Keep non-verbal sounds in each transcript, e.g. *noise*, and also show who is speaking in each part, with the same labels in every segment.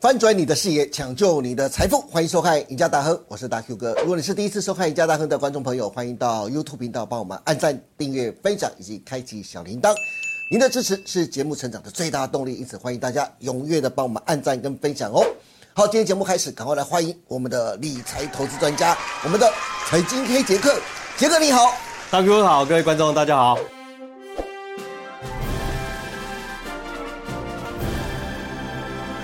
Speaker 1: 翻转你的视野，抢救你的财富，欢迎收看《赢家大亨》，我是大 Q 哥。如果你是第一次收看《赢家大亨》的观众朋友，欢迎到 YouTube 频道帮我们按赞、订阅、分享以及开启小铃铛。您的支持是节目成长的最大动力，因此欢迎大家踊跃的帮我们按赞跟分享哦。好，今天节目开始，赶快来欢迎我们的理财投资专家，我们的财经黑杰克，杰克你好。
Speaker 2: 大哥好，各位观众大家好。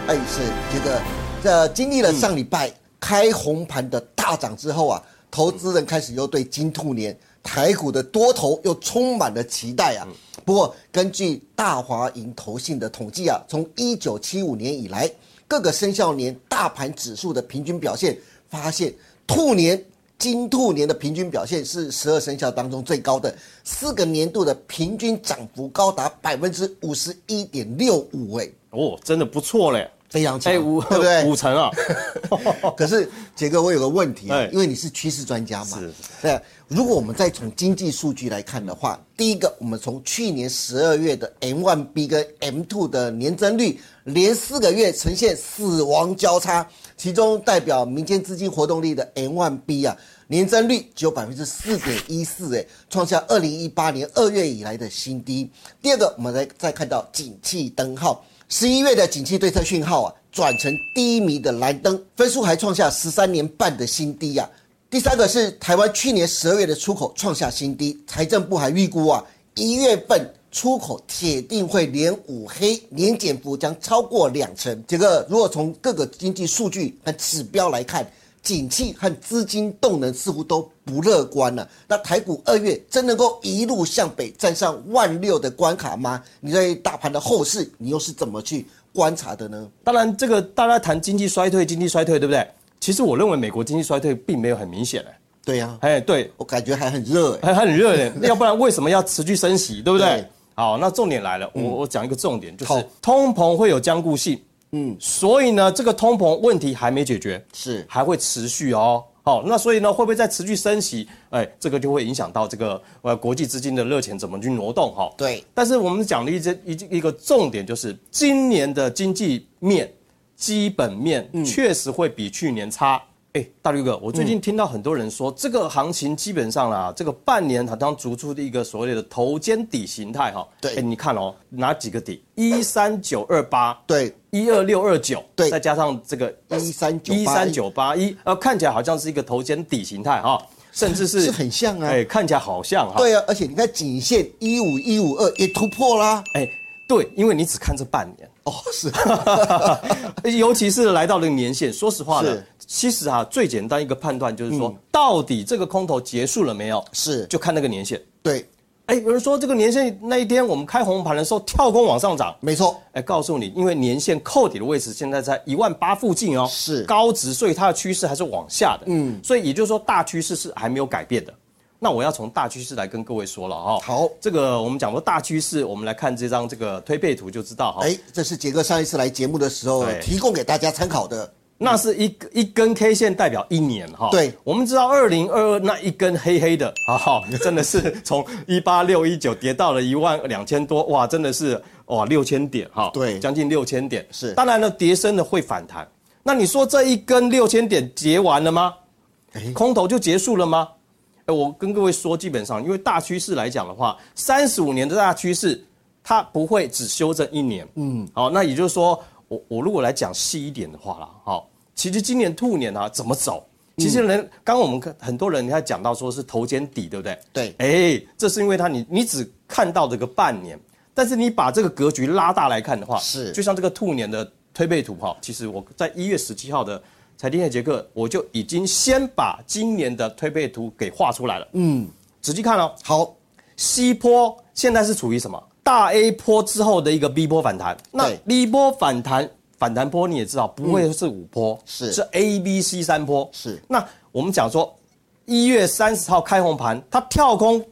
Speaker 1: 哎，是这个，这经历了上礼拜开红盘的大涨之后啊，投资人开始又对金兔年台股的多头又充满了期待啊。不过，根据大华银投信的统计啊，从一九七五年以来，各个生肖年大盘指数的平均表现，发现兔年金兔年的平均表现是十二生肖当中最高的，四个年度的平均涨幅高达百分之五十一点六五，哎，
Speaker 2: 哦，真的不错嘞，
Speaker 1: 非常强，
Speaker 2: 哎五
Speaker 1: 对不对？
Speaker 2: *laughs* 五成啊，
Speaker 1: *laughs* 可是杰哥，我有个问题啊
Speaker 2: 哎，
Speaker 1: 因为你是趋势专家嘛
Speaker 2: 是，
Speaker 1: 对啊。如果我们再从经济数据来看的话，第一个，我们从去年十二月的 M1B 跟 M2 的年增率，连四个月呈现死亡交叉，其中代表民间资金活动力的 M1B 啊，年增率只有百分之四点一四，哎，创下二零一八年二月以来的新低。第二个，我们来再看到景气灯号。十一月的景气对策讯号啊，转成低迷的蓝灯，分数还创下十三年半的新低啊呀、第三个是台湾去年十二月的出口创下新低，财政部还预估啊，一月份出口铁定会连五黑，年减幅将超过两成。这个如果从各个经济数据和指标来看，景气和资金动能似乎都不乐观了、那台股二月真能够一路向北站上万六的关卡吗？你对大盘的后市，你又是怎么去观察的呢？
Speaker 2: 当然，这个大家谈经济衰退，经济衰退，对不对？其实我认为美国经济衰退并没有很明显嘞，
Speaker 1: 对呀、
Speaker 2: 哎，对，
Speaker 1: 我感觉还很热哎、
Speaker 2: 还还很热 *laughs* 嘞，要不然为什么要持续升息，对不对？嗯
Speaker 1: 对
Speaker 2: 好，那重点来了，我我讲一个重点，就是
Speaker 1: 好
Speaker 2: 通膨会有僵固性，嗯，所以呢，这个通膨问题还没解决，
Speaker 1: 是
Speaker 2: 还会持续哦。好，那所以呢，会不会再持续升息？哎，这个就会影响到这个呃国际资金的热钱怎么去挪动哈、
Speaker 1: 对，
Speaker 2: 但是我们讲的一些一一个重点就是，今年的经济面、基本面确实会比去年差。哎、大绿哥，我最近听到很多人说，这个行情基本上啦，这个半年好像逐出的一个所谓的头肩底形态哈。
Speaker 1: 对
Speaker 2: 哎你看哦，哪几个底？一三九二八，
Speaker 1: 对，
Speaker 2: 一二六二九，
Speaker 1: 对
Speaker 2: 再加上这个
Speaker 1: 13981
Speaker 2: 一三九八一，呃，看起来好像是一个头肩底形态哈，甚至是
Speaker 1: 是很像啊
Speaker 2: 哎，看起来好像哈，
Speaker 1: 对啊，而且你看颈线一五一五二也突破啦。
Speaker 2: 哎，对，因为你只看这半年，
Speaker 1: 哦，是，
Speaker 2: 啊 *laughs* 尤其是来到了年限，说实话呢
Speaker 1: 是，嗯
Speaker 2: 其实啊，最简单一个判断就是说，到底这个空头结束了没有？
Speaker 1: *laughs* 是
Speaker 2: 就看那个年限。
Speaker 1: 对，
Speaker 2: 哎，有人说这个年限那一天我们开红盘的时候跳空往上涨，
Speaker 1: 没错，
Speaker 2: 哎，告诉你，因为年线扣底的位置现在在一万八附近哦，
Speaker 1: 是
Speaker 2: 高值，所以它的趋势还是往下的。嗯，所以也就是说，大趋势是还没有改变的。那我要从大趋势来跟各位说了哈、哦。
Speaker 1: 好
Speaker 2: 这个我们讲过大趋势，我们来看这张这个推背图就知道哈、
Speaker 1: 哎，这是杰哥上一次来节目的时候
Speaker 2: 对
Speaker 1: 提供给大家参考的。
Speaker 2: 那是一个一根 K 线代表一年哈。
Speaker 1: 对
Speaker 2: 我们知道二零二二那一根黑黑的，哈，真的
Speaker 1: *laughs*
Speaker 2: 是从一八六一九跌到了一万两千多，哇，真的是哇六千点哈，
Speaker 1: 对
Speaker 2: 将近六千点
Speaker 1: 是
Speaker 2: 当然呢，跌升的会反弹。那你说这一根六千点结完了吗？
Speaker 1: 哎，
Speaker 2: 空头就结束了吗？哎，我跟各位说，基本上因为大趋势来讲的话，三十五年的大趋势，它不会只修正一年。嗯，好，那也就是说，我我如果来讲细一点的话啦，好，其实今年兔年啊怎么走？其实人，刚刚我们看很多人他讲到说是头肩底，对不对？
Speaker 1: 对
Speaker 2: 哎，这是因为他你你只看到这个半年，但是你把这个格局拉大来看的话，
Speaker 1: 是
Speaker 2: 啊就像这个兔年的推背图哈，其实我在一月十七号的财经夜杰克，我就已经先把今年的推背图给画出来了。嗯，仔细看哦，
Speaker 1: 好，
Speaker 2: 西坡现在是处于什么大 A 坡之后的一个 B 坡反弹，那
Speaker 1: 对
Speaker 2: B 坡反弹反弹坡你也知道不会是五坡，
Speaker 1: 嗯是
Speaker 2: 是 A B C 三坡。
Speaker 1: 是
Speaker 2: 那我们讲说一月三十号开红盘，它跳空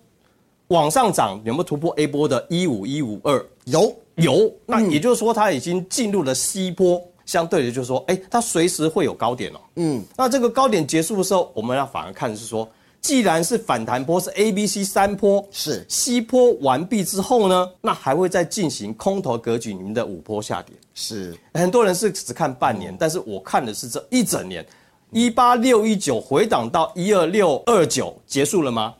Speaker 2: 往上涨，有没有突破 A 波的一五一五二？
Speaker 1: 有
Speaker 2: 有，那也就是说它已经进入了 C 波，相对的就是说，哎，它随时会有高点哦。嗯，那这个高点结束的时候，我们要反而看是说既然是反弹波，是 A、B、C 三波，
Speaker 1: 是
Speaker 2: 吸波完毕之后呢，那还会再进行空头格局里面的五波下跌。
Speaker 1: 是
Speaker 2: 很多人是只看半年，但是我看的是这一整年，一八六一九回档到一二六二九结束了吗？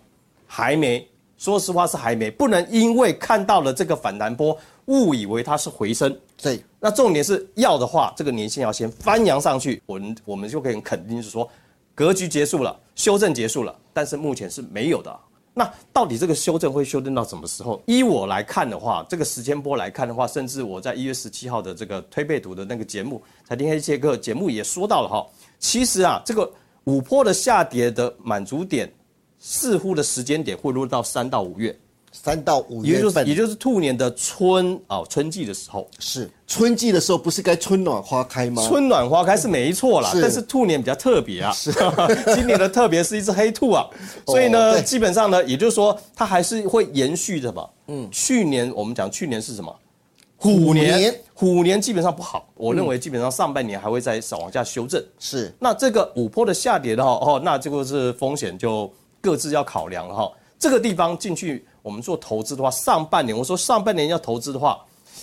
Speaker 2: 还没，说实话是还没，不能因为看到了这个反弹波，误以为它是回升。
Speaker 1: 对，
Speaker 2: 那重点是要的话，这个年限要先翻扬上去，我们我们就可以很肯定是说，格局结束了，修正结束了，但是目前是没有的啊。那到底这个修正会修正到什么时候？依我来看的话，这个时间波来看的话，甚至我在一月十七号的这个推背图的那个节目《财经黑切课》节目也说到了哈，其实啊，这个五波的下跌的满足点，似乎的时间点会落到三到五月，
Speaker 1: 三到五
Speaker 2: 也
Speaker 1: 月
Speaker 2: 就是
Speaker 1: 份
Speaker 2: 也就是兔年的春啊、春季的时候。
Speaker 1: 是春季的时候，不是该春暖花开吗？
Speaker 2: 春暖花开是没错啦，
Speaker 1: 是
Speaker 2: 但是兔年比较特别啊， *laughs* 今年的特别是一只黑兔啊，所以呢，
Speaker 1: 哦对
Speaker 2: 基本上呢，也就是说它还是会延续的吧。嗯，去年我们讲去年是什么？虎
Speaker 1: 年，嗯
Speaker 2: 虎年基本上不好，我认为基本上上半年还会再往下修正。
Speaker 1: 是
Speaker 2: 那这个五波的下跌的话，哦，那这个是风险就各自要考量了哈。这个地方进去，我们做投资的话，上半年我说上半年要投资的话，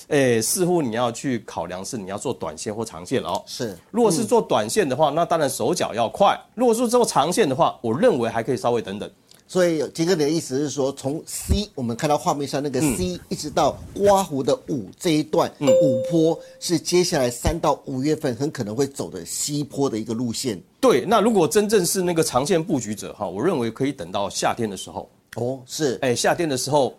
Speaker 2: 诶，似乎你要去考量是你要做短线或长线了哦。
Speaker 1: 是嗯
Speaker 2: 如果是做短线的话，那当然手脚要快；如果是做长线的话，我认为还可以稍微等等。
Speaker 1: 所以杰哥你的意思是说，从 C 我们看到画面上那个
Speaker 2: 嗯
Speaker 1: C、一直到刮胡的五这一段，五坡是接下来三到五月份很可能会走的西坡的一个路线
Speaker 2: 对，那如果真正是那个长线布局者哈，我认为可以等到夏天的时候，
Speaker 1: 哦，是。
Speaker 2: 哎，夏天的时候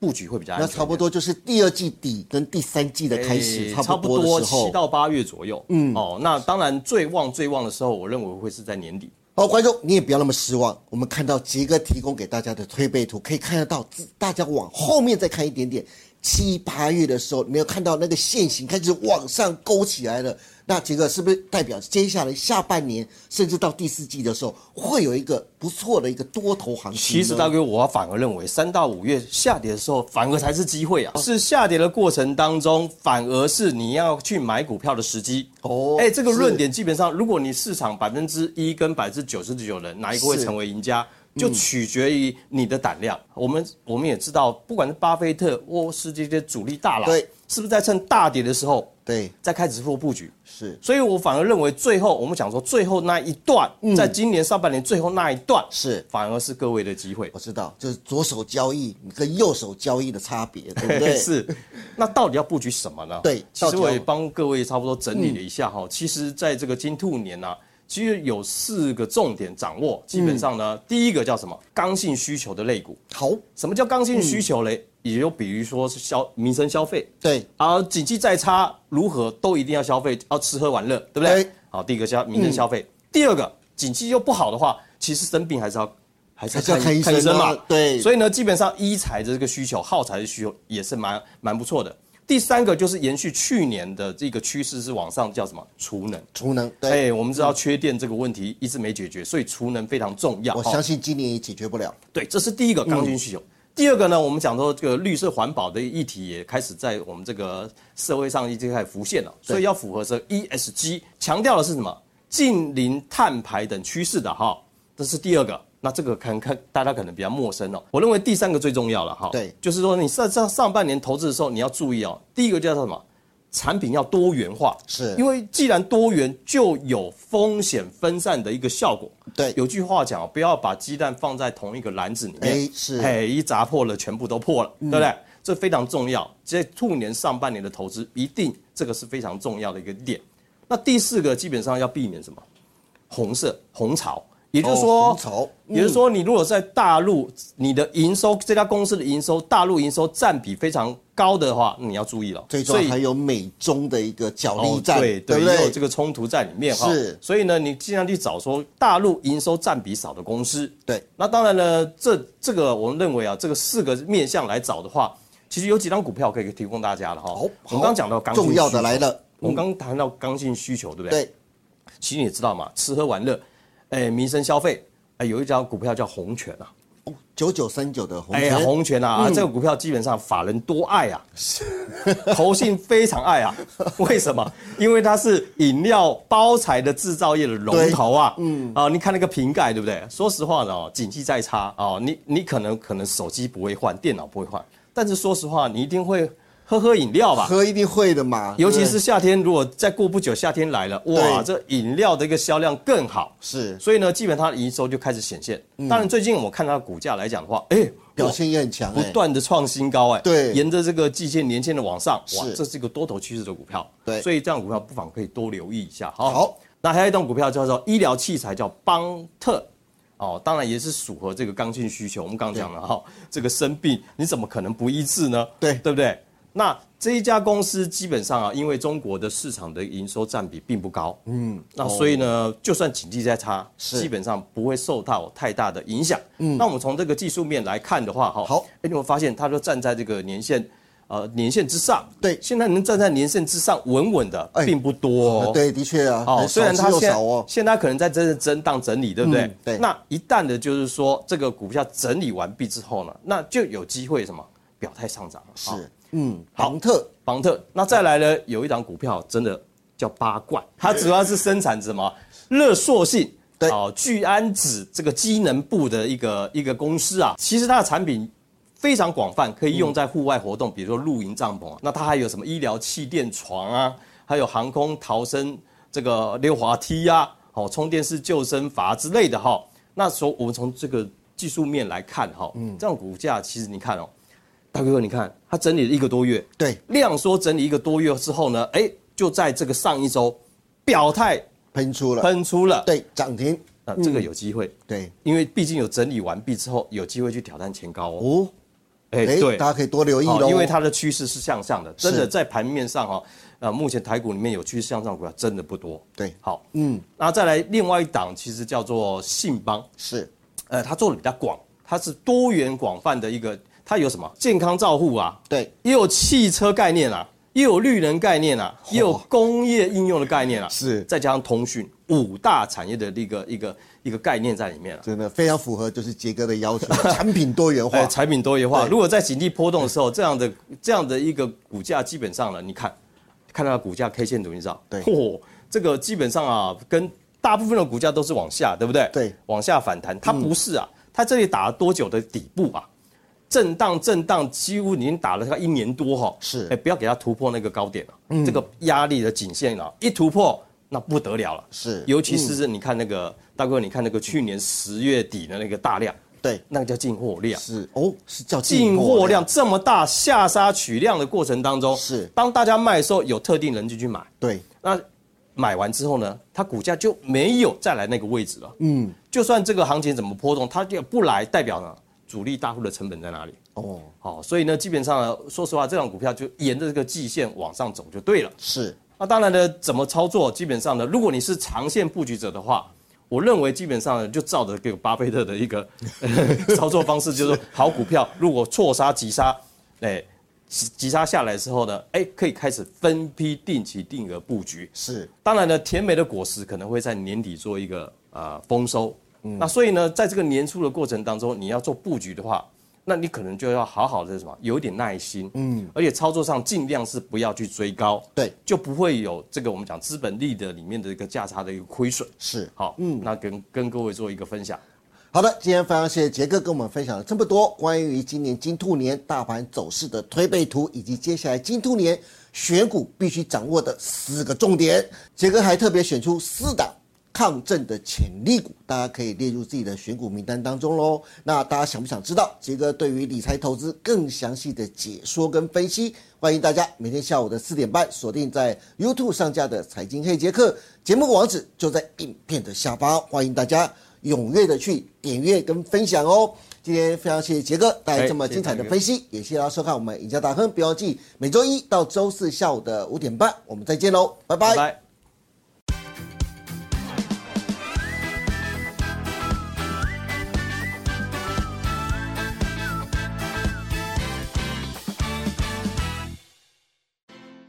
Speaker 2: 布局会比较安
Speaker 1: 那
Speaker 2: 全。
Speaker 1: 差不多就是第二季底跟第三季的开始，
Speaker 2: 诶
Speaker 1: 差不多的时
Speaker 2: 七
Speaker 1: 候。
Speaker 2: 到八月左右。嗯，哦，那当然最旺最旺的时候，我认为会是在年底。
Speaker 1: 好，观众你也不要那么失望。我们看到杰哥提供给大家的推背图，可以看得到，自大家往后面再看一点点，七八月的时候，你没有看到那个线型开始往上勾起来了。那杰哥是不是代表接下来下半年，甚至到第四季的时候，会有一个不错的一个多头行情呢？
Speaker 2: 其实大哥，我反而认为三到五月下跌的时候，反而才是机会啊！是下跌的过程当中，反而是你要去买股票的时机。
Speaker 1: 哦
Speaker 2: 哎、这个
Speaker 1: 是
Speaker 2: 论点基本上，如果你市场百分之一跟百分之九十九人哪一个会
Speaker 1: 是
Speaker 2: 成为赢家，就取决于你的胆量。我们我们也知道，不管是巴菲特、沃斯这些主力大佬，
Speaker 1: 对，
Speaker 2: 是不是在趁大跌的时候
Speaker 1: 对，
Speaker 2: 再开始做布局？
Speaker 1: 是
Speaker 2: 所以我反而认为最后我们讲说最后那一段，在今年上半年最后那一段
Speaker 1: 嗯是
Speaker 2: 反而是各位的机会
Speaker 1: 我。知道，就是左手交易跟右手交易的差别，对不对？
Speaker 2: *laughs* 是，那到底要布局什么呢？
Speaker 1: 对
Speaker 2: 其
Speaker 1: 到
Speaker 2: 实
Speaker 1: 底要
Speaker 2: 我也帮各位差不多整理了一下哈。其实，在这个金兔年呢、啊，其实有四个重点掌握。基本上
Speaker 1: 嗯
Speaker 2: 呢，第一个叫什么？刚性需求的类股。
Speaker 1: 好，
Speaker 2: 什么叫刚性需求
Speaker 1: 嗯
Speaker 2: 嘞？也就比如说是消民生消费，
Speaker 1: 对，
Speaker 2: 啊，景气再差如何都一定要消费，要吃喝玩乐，对不
Speaker 1: 对嗯
Speaker 2: 对？好，第一个消民生消费，第二个景气又不好的话，其实生病还是要还是
Speaker 1: 还是要
Speaker 2: 要
Speaker 1: 看
Speaker 2: 看
Speaker 1: 医
Speaker 2: 医看医
Speaker 1: 生
Speaker 2: 生
Speaker 1: 啊
Speaker 2: 嘛，
Speaker 1: 对
Speaker 2: 所以呢，基本上医材的这个需求、耗材的需求也是蛮蛮不错的。第三个就是延续去年的这个趋势是往上，叫什么储能？
Speaker 1: 储能，对，
Speaker 2: 哎，我们知道缺电这个问题一直没解决，所以储能非常重要。
Speaker 1: 我
Speaker 2: 哦
Speaker 1: 相信今年也解决不了。
Speaker 2: 对，这是第一个
Speaker 1: 嗯
Speaker 2: 刚性需求。第二个呢，我们讲说这个绿色环保的议题也开始在我们这个社会上已经开始浮现了，所以要符合这 ESG，强调的是什么？近零碳排等趋势的哈，这是第二个。那这个可能看大家可能比较陌生哦。我认为第三个最重要了哈，
Speaker 1: 对
Speaker 2: 就是说你上上上半年投资的时候，你要注意哦。第一个叫做什么？产品要多元化，
Speaker 1: 是
Speaker 2: 因为既然多元，就有风险分散的一个效果。
Speaker 1: 对
Speaker 2: 有句话讲，不要把鸡蛋放在同一个篮子里面，
Speaker 1: 哎是嗯
Speaker 2: 哎，一砸破了，全部都破了，对不对？这非常重要。这兔年上半年的投资，一定这个是非常重要的一个点。那第四个基本上要避免什么？红色红潮，也就是
Speaker 1: 哦
Speaker 2: 说，
Speaker 1: 红潮嗯
Speaker 2: 也就是说，你如果在大陆，你的营收这家公司的营收，大陆营收占比非常高的话，你要注意了。
Speaker 1: 最
Speaker 2: 所
Speaker 1: 终
Speaker 2: 以
Speaker 1: 还有美中的一个角力
Speaker 2: 哦，
Speaker 1: 战，
Speaker 2: 对
Speaker 1: 不
Speaker 2: 也有
Speaker 1: 对？
Speaker 2: 这个冲突在里面哈。
Speaker 1: 是
Speaker 2: 所以呢，你尽量去找说大陆营收占比少的公司。
Speaker 1: 对，
Speaker 2: 那当然呢，这这个我们认为啊，这个四个面向来找的话，其实有几张股票可以提供大家了哈。
Speaker 1: 好，
Speaker 2: 我们刚刚讲到刚性
Speaker 1: 重要
Speaker 2: 需求
Speaker 1: 的来，了，
Speaker 2: 我们刚刚谈到刚性需求，对不对？
Speaker 1: 对，
Speaker 2: 其实你也知道嘛，吃喝玩乐，哎，民生消费，哎，有一家股票叫红泉啊。
Speaker 1: 九九三九的红
Speaker 2: 哎呀，
Speaker 1: 权，
Speaker 2: 红权
Speaker 1: 嗯
Speaker 2: 啊，这个股票基本上法人多爱
Speaker 1: *laughs*
Speaker 2: 啊，投信非常爱啊。为什么？因为它是饮料包材的制造业的龙头啊。嗯啊，你看那个瓶盖，对不对？说实话呢，哦景气再差哦，你你可能可能手机不会换，电脑不会换，但是说实话，你一定会喝喝饮料吧。
Speaker 1: 喝一定会的嘛，
Speaker 2: 尤其
Speaker 1: 对不
Speaker 2: 是夏天，如果再过不久夏天来了，哇，这饮料的一个销量更好。
Speaker 1: 对是
Speaker 2: 所以呢，基本上它的营收就开始显现。当然，最近我们看它的股价来讲的话，哎、
Speaker 1: 嗯表现也很强、
Speaker 2: 不
Speaker 1: 哎
Speaker 2: 断的创新高、哎，
Speaker 1: 对
Speaker 2: 沿着这个季线、年线的往上，哇
Speaker 1: 是，
Speaker 2: 这是一个多头趋势的股票，
Speaker 1: 对
Speaker 2: 所以这样的股票不妨可以多留意一下，好
Speaker 1: 好，
Speaker 2: 那还有一档股票叫做医疗器材，叫邦特。哦，当然也是符合这个刚性需求。我们刚刚讲了哈、这个生病你怎么可能不医治呢？
Speaker 1: 对
Speaker 2: 对不对？那这一家公司基本上啊，因为中国的市场的营收占比并不高，嗯，那所以呢，就算经济再差，
Speaker 1: 哦是
Speaker 2: 基本上不会受到太大的影响。嗯，那我们从这个技术面来看的话，哈、
Speaker 1: 好
Speaker 2: 哎，你有没有发现它都站在这个年限，呃，年限之上？
Speaker 1: 对
Speaker 2: 现在能站在年限之上稳稳的
Speaker 1: 哎
Speaker 2: 并不多、哦
Speaker 1: 啊对，的确啊，
Speaker 2: 哦，
Speaker 1: 很
Speaker 2: 虽然
Speaker 1: 少
Speaker 2: 它
Speaker 1: 之又
Speaker 2: 现在、
Speaker 1: 少哦，
Speaker 2: 现在它可能在这是震荡整理，对不对？
Speaker 1: 嗯对
Speaker 2: 那一旦的就是说，这个股票整理完毕之后呢，那就有机会什么表态上涨了。好
Speaker 1: 是，嗯，庞特
Speaker 2: 邦特，那再来呢，有一档股票真的叫八冠，它主要是生产什么热塑性。
Speaker 1: 对
Speaker 2: 哦，聚氨酯这个机能部的一个一个公司啊，其实它的产品非常广泛，可以用在户外活动，比如说露营帐篷啊。那它还有什么医疗气垫床啊，还有航空逃生这个溜滑梯啊，哦，充电式救生筏之类的哈、那时候我们从这个技术面来看哈、嗯，这样股价其实你看哦，大哥哥你看它整理了一个多月，
Speaker 1: 对
Speaker 2: 量缩整理一个多月之后呢，哎，就在这个上一周表态
Speaker 1: 喷出了，
Speaker 2: 喷出了，
Speaker 1: 对涨停，
Speaker 2: 那这个有机会，
Speaker 1: 对
Speaker 2: 因为毕竟有整理完毕之后，有机会去挑战前高哦。
Speaker 1: 哦，
Speaker 2: 哎
Speaker 1: 哎，大家可以多留意哦
Speaker 2: 好
Speaker 1: 喽，
Speaker 2: 因为它的趋势是向上的，真的
Speaker 1: 是
Speaker 2: 在盘面上哈，呃，目前台股里面有趋势向上的股票真的不多。
Speaker 1: 对
Speaker 2: 好，嗯，那再来另外一档，其实叫做信邦，
Speaker 1: 是
Speaker 2: 呃，它做的比较广，它是多元广泛的一个，它有什么健康照护啊，
Speaker 1: 对
Speaker 2: 也有汽车概念啊，也有绿能概念啊，也有
Speaker 1: 嚯
Speaker 2: 工业应用的概念啊，
Speaker 1: 是
Speaker 2: 再加上通讯五大产业的一个一个一个概念在里面啊了、
Speaker 1: 真的非常符合就是杰哥的要求，产品多元
Speaker 2: 哎，
Speaker 1: 化，
Speaker 2: 产品多元化，
Speaker 1: 对
Speaker 2: 如果在景气波动的时候，这样的这样的一个股价，基本上呢，你看，看到股价 K 线图，你知道，
Speaker 1: 对
Speaker 2: 嚯这个基本上啊，跟大部分的股价都是往下，对不对？
Speaker 1: 对，嗯
Speaker 2: 往下反弹，它不是啊，它这里打了多久的底部啊？震荡震荡，几乎已经打了它一年多哈、
Speaker 1: 是嗯
Speaker 2: 哎，不要给它突破那个高点了、啊这个压力的颈线啊，一突破那不得了了。
Speaker 1: 是嗯
Speaker 2: 尤其是是你看那个、大哥，你看那个去年十月底的那个大量，
Speaker 1: 对
Speaker 2: 那个叫进货量。
Speaker 1: 是哦，是叫
Speaker 2: 进货量，这么大下杀取量的过程当中，
Speaker 1: 是
Speaker 2: 当大家卖的时候，有特定人进去买，
Speaker 1: 对
Speaker 2: 那买完之后呢，它股价就没有再来那个位置了。嗯，就算这个行情怎么波动，它也不来，代表呢主力大户的成本在哪里？
Speaker 1: 哦
Speaker 2: 好、所以呢，基本上呢，说实话，这种股票就沿着这个季线往上走就对了。
Speaker 1: 是
Speaker 2: 那当然呢，怎么操作？基本上呢，如果你是长线布局者的话，我认为基本上呢，就照着给巴菲特的一个、 *laughs* 呃操作方式，就是说好股票如果错杀急杀，哎，急急杀下来之后呢，哎，可以开始分批定期定额布局。
Speaker 1: 是
Speaker 2: 当然呢，甜美的果实可能会在年底做一个呃丰收。那所以呢，在这个年初的过程当中，你要做布局的话，那你可能就要好好的什么，有点耐心，嗯，而且操作上尽量是不要去追高，
Speaker 1: 对
Speaker 2: 就不会有这个我们讲资本利的里面的一个价差的一个亏损。
Speaker 1: 是。
Speaker 2: 好，嗯，那跟跟各位做一个分享。
Speaker 1: 好的，今天非常谢谢杰哥跟我们分享了这么多关于今年金兔年大盘走势的推背图，以及接下来金兔年选股必须掌握的四个重点。杰哥还特别选出四档抗震的潜力股，大家可以列入自己的选股名单当中喽。那大家想不想知道杰哥对于理财投资更详细的解说跟分析？欢迎大家每天下午的四点半锁定在 YouTube 上架的《财经黑杰克》节目网址，就在影片的下方，欢迎大家。踊跃的去点阅跟分享哦。今天非常谢谢杰哥带来这么精彩的分析，也哎谢谢大家收看我们赢家大亨，不要忘记每周一到周四下午的五点半，我们再见喽，拜拜
Speaker 2: 拜。